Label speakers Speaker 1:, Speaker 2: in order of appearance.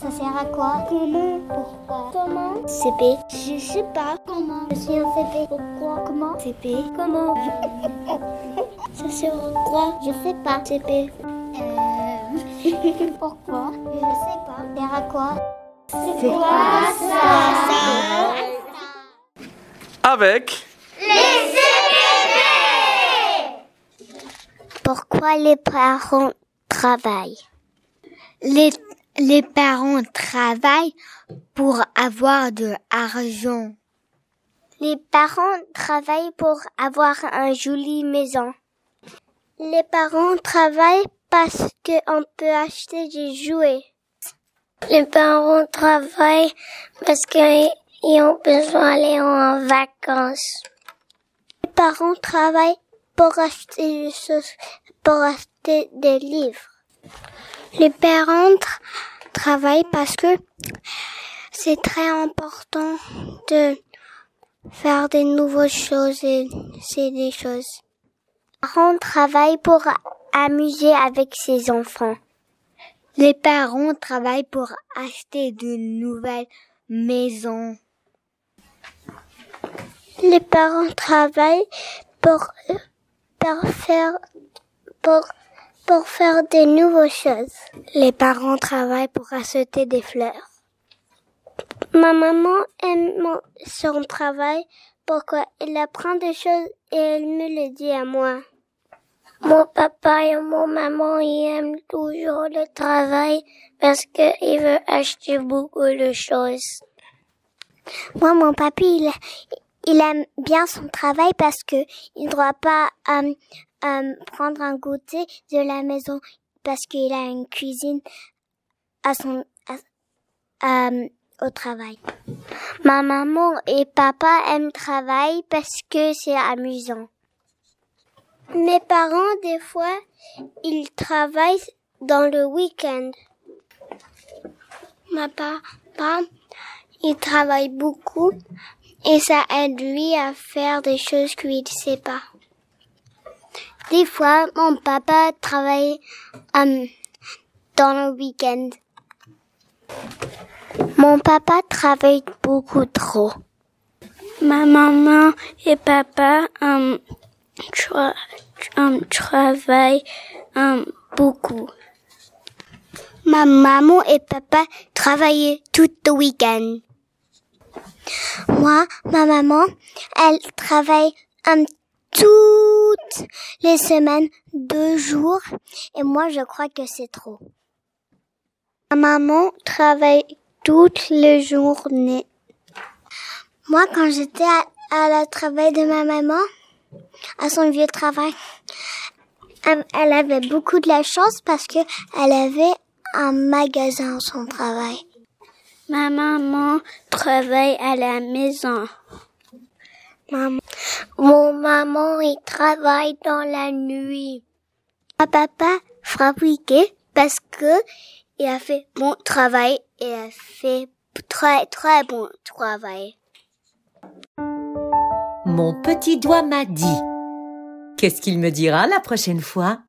Speaker 1: Ça sert à quoi Comment Pourquoi Comment CP Je sais pas. Comment Je suis un CP. Pourquoi Comment CP Comment Ça sert à quoi Je sais pas. CP. Euh... Pourquoi Je sais pas. Ça sert à quoi C'est quoi ça
Speaker 2: Avec
Speaker 1: Pourquoi les parents travaillent les, les parents travaillent pour avoir de l'argent. Les parents travaillent pour avoir une jolie maison. Les parents travaillent parce qu'on peut acheter des jouets. Les parents travaillent parce qu'ils ont besoin d'aller en vacances. Les parents travaillent pour acheter des choses, pour acheter des livres. Les parents tra- travaillent parce que c'est très important de faire des nouvelles choses et c'est des choses. Les parents travaillent pour amuser avec ses enfants. Les parents travaillent pour acheter de nouvelles maisons. Les parents travaillent pour, pour faire pour, pour faire des nouvelles choses. Les parents travaillent pour acheter des fleurs. Ma maman aime mon- son travail pourquoi elle apprend des choses et elle me le dit à moi. Mon papa et mon maman ils aiment toujours le travail parce qu'ils veulent acheter beaucoup de choses. Moi, mon papy, il, il aime bien son travail parce que il ne doit pas euh, euh, prendre un goûter de la maison parce qu'il a une cuisine à son à- euh, au travail. Ma maman et papa aiment travail parce que c'est amusant. Mes parents, des fois, ils travaillent dans le week-end. Ma papa, il travaille beaucoup et ça aide lui à faire des choses qu'il ne sait pas. Des fois, mon papa travaille euh, dans le week-end. Mon papa travaille beaucoup trop. Ma maman et papa euh, tra- euh, travaillent euh, beaucoup. Ma maman et papa travaillent tout le week-end. Moi, ma maman, elle travaille un- toutes les semaines, deux jours, et moi je crois que c'est trop. Ma maman travaille toutes les journées. Moi, quand j'étais à, à la travail de ma maman, à son vieux travail, elle elle avait beaucoup de la chance parce que elle avait un magasin à son travail. Ma maman travaille à la maison. Mon maman, il travaille dans la nuit. Ma papa fabriquait parce que il a fait mon travail et a fait très très bon travail.
Speaker 3: Mon petit doigt m'a dit. Qu'est-ce qu'il me dira la prochaine fois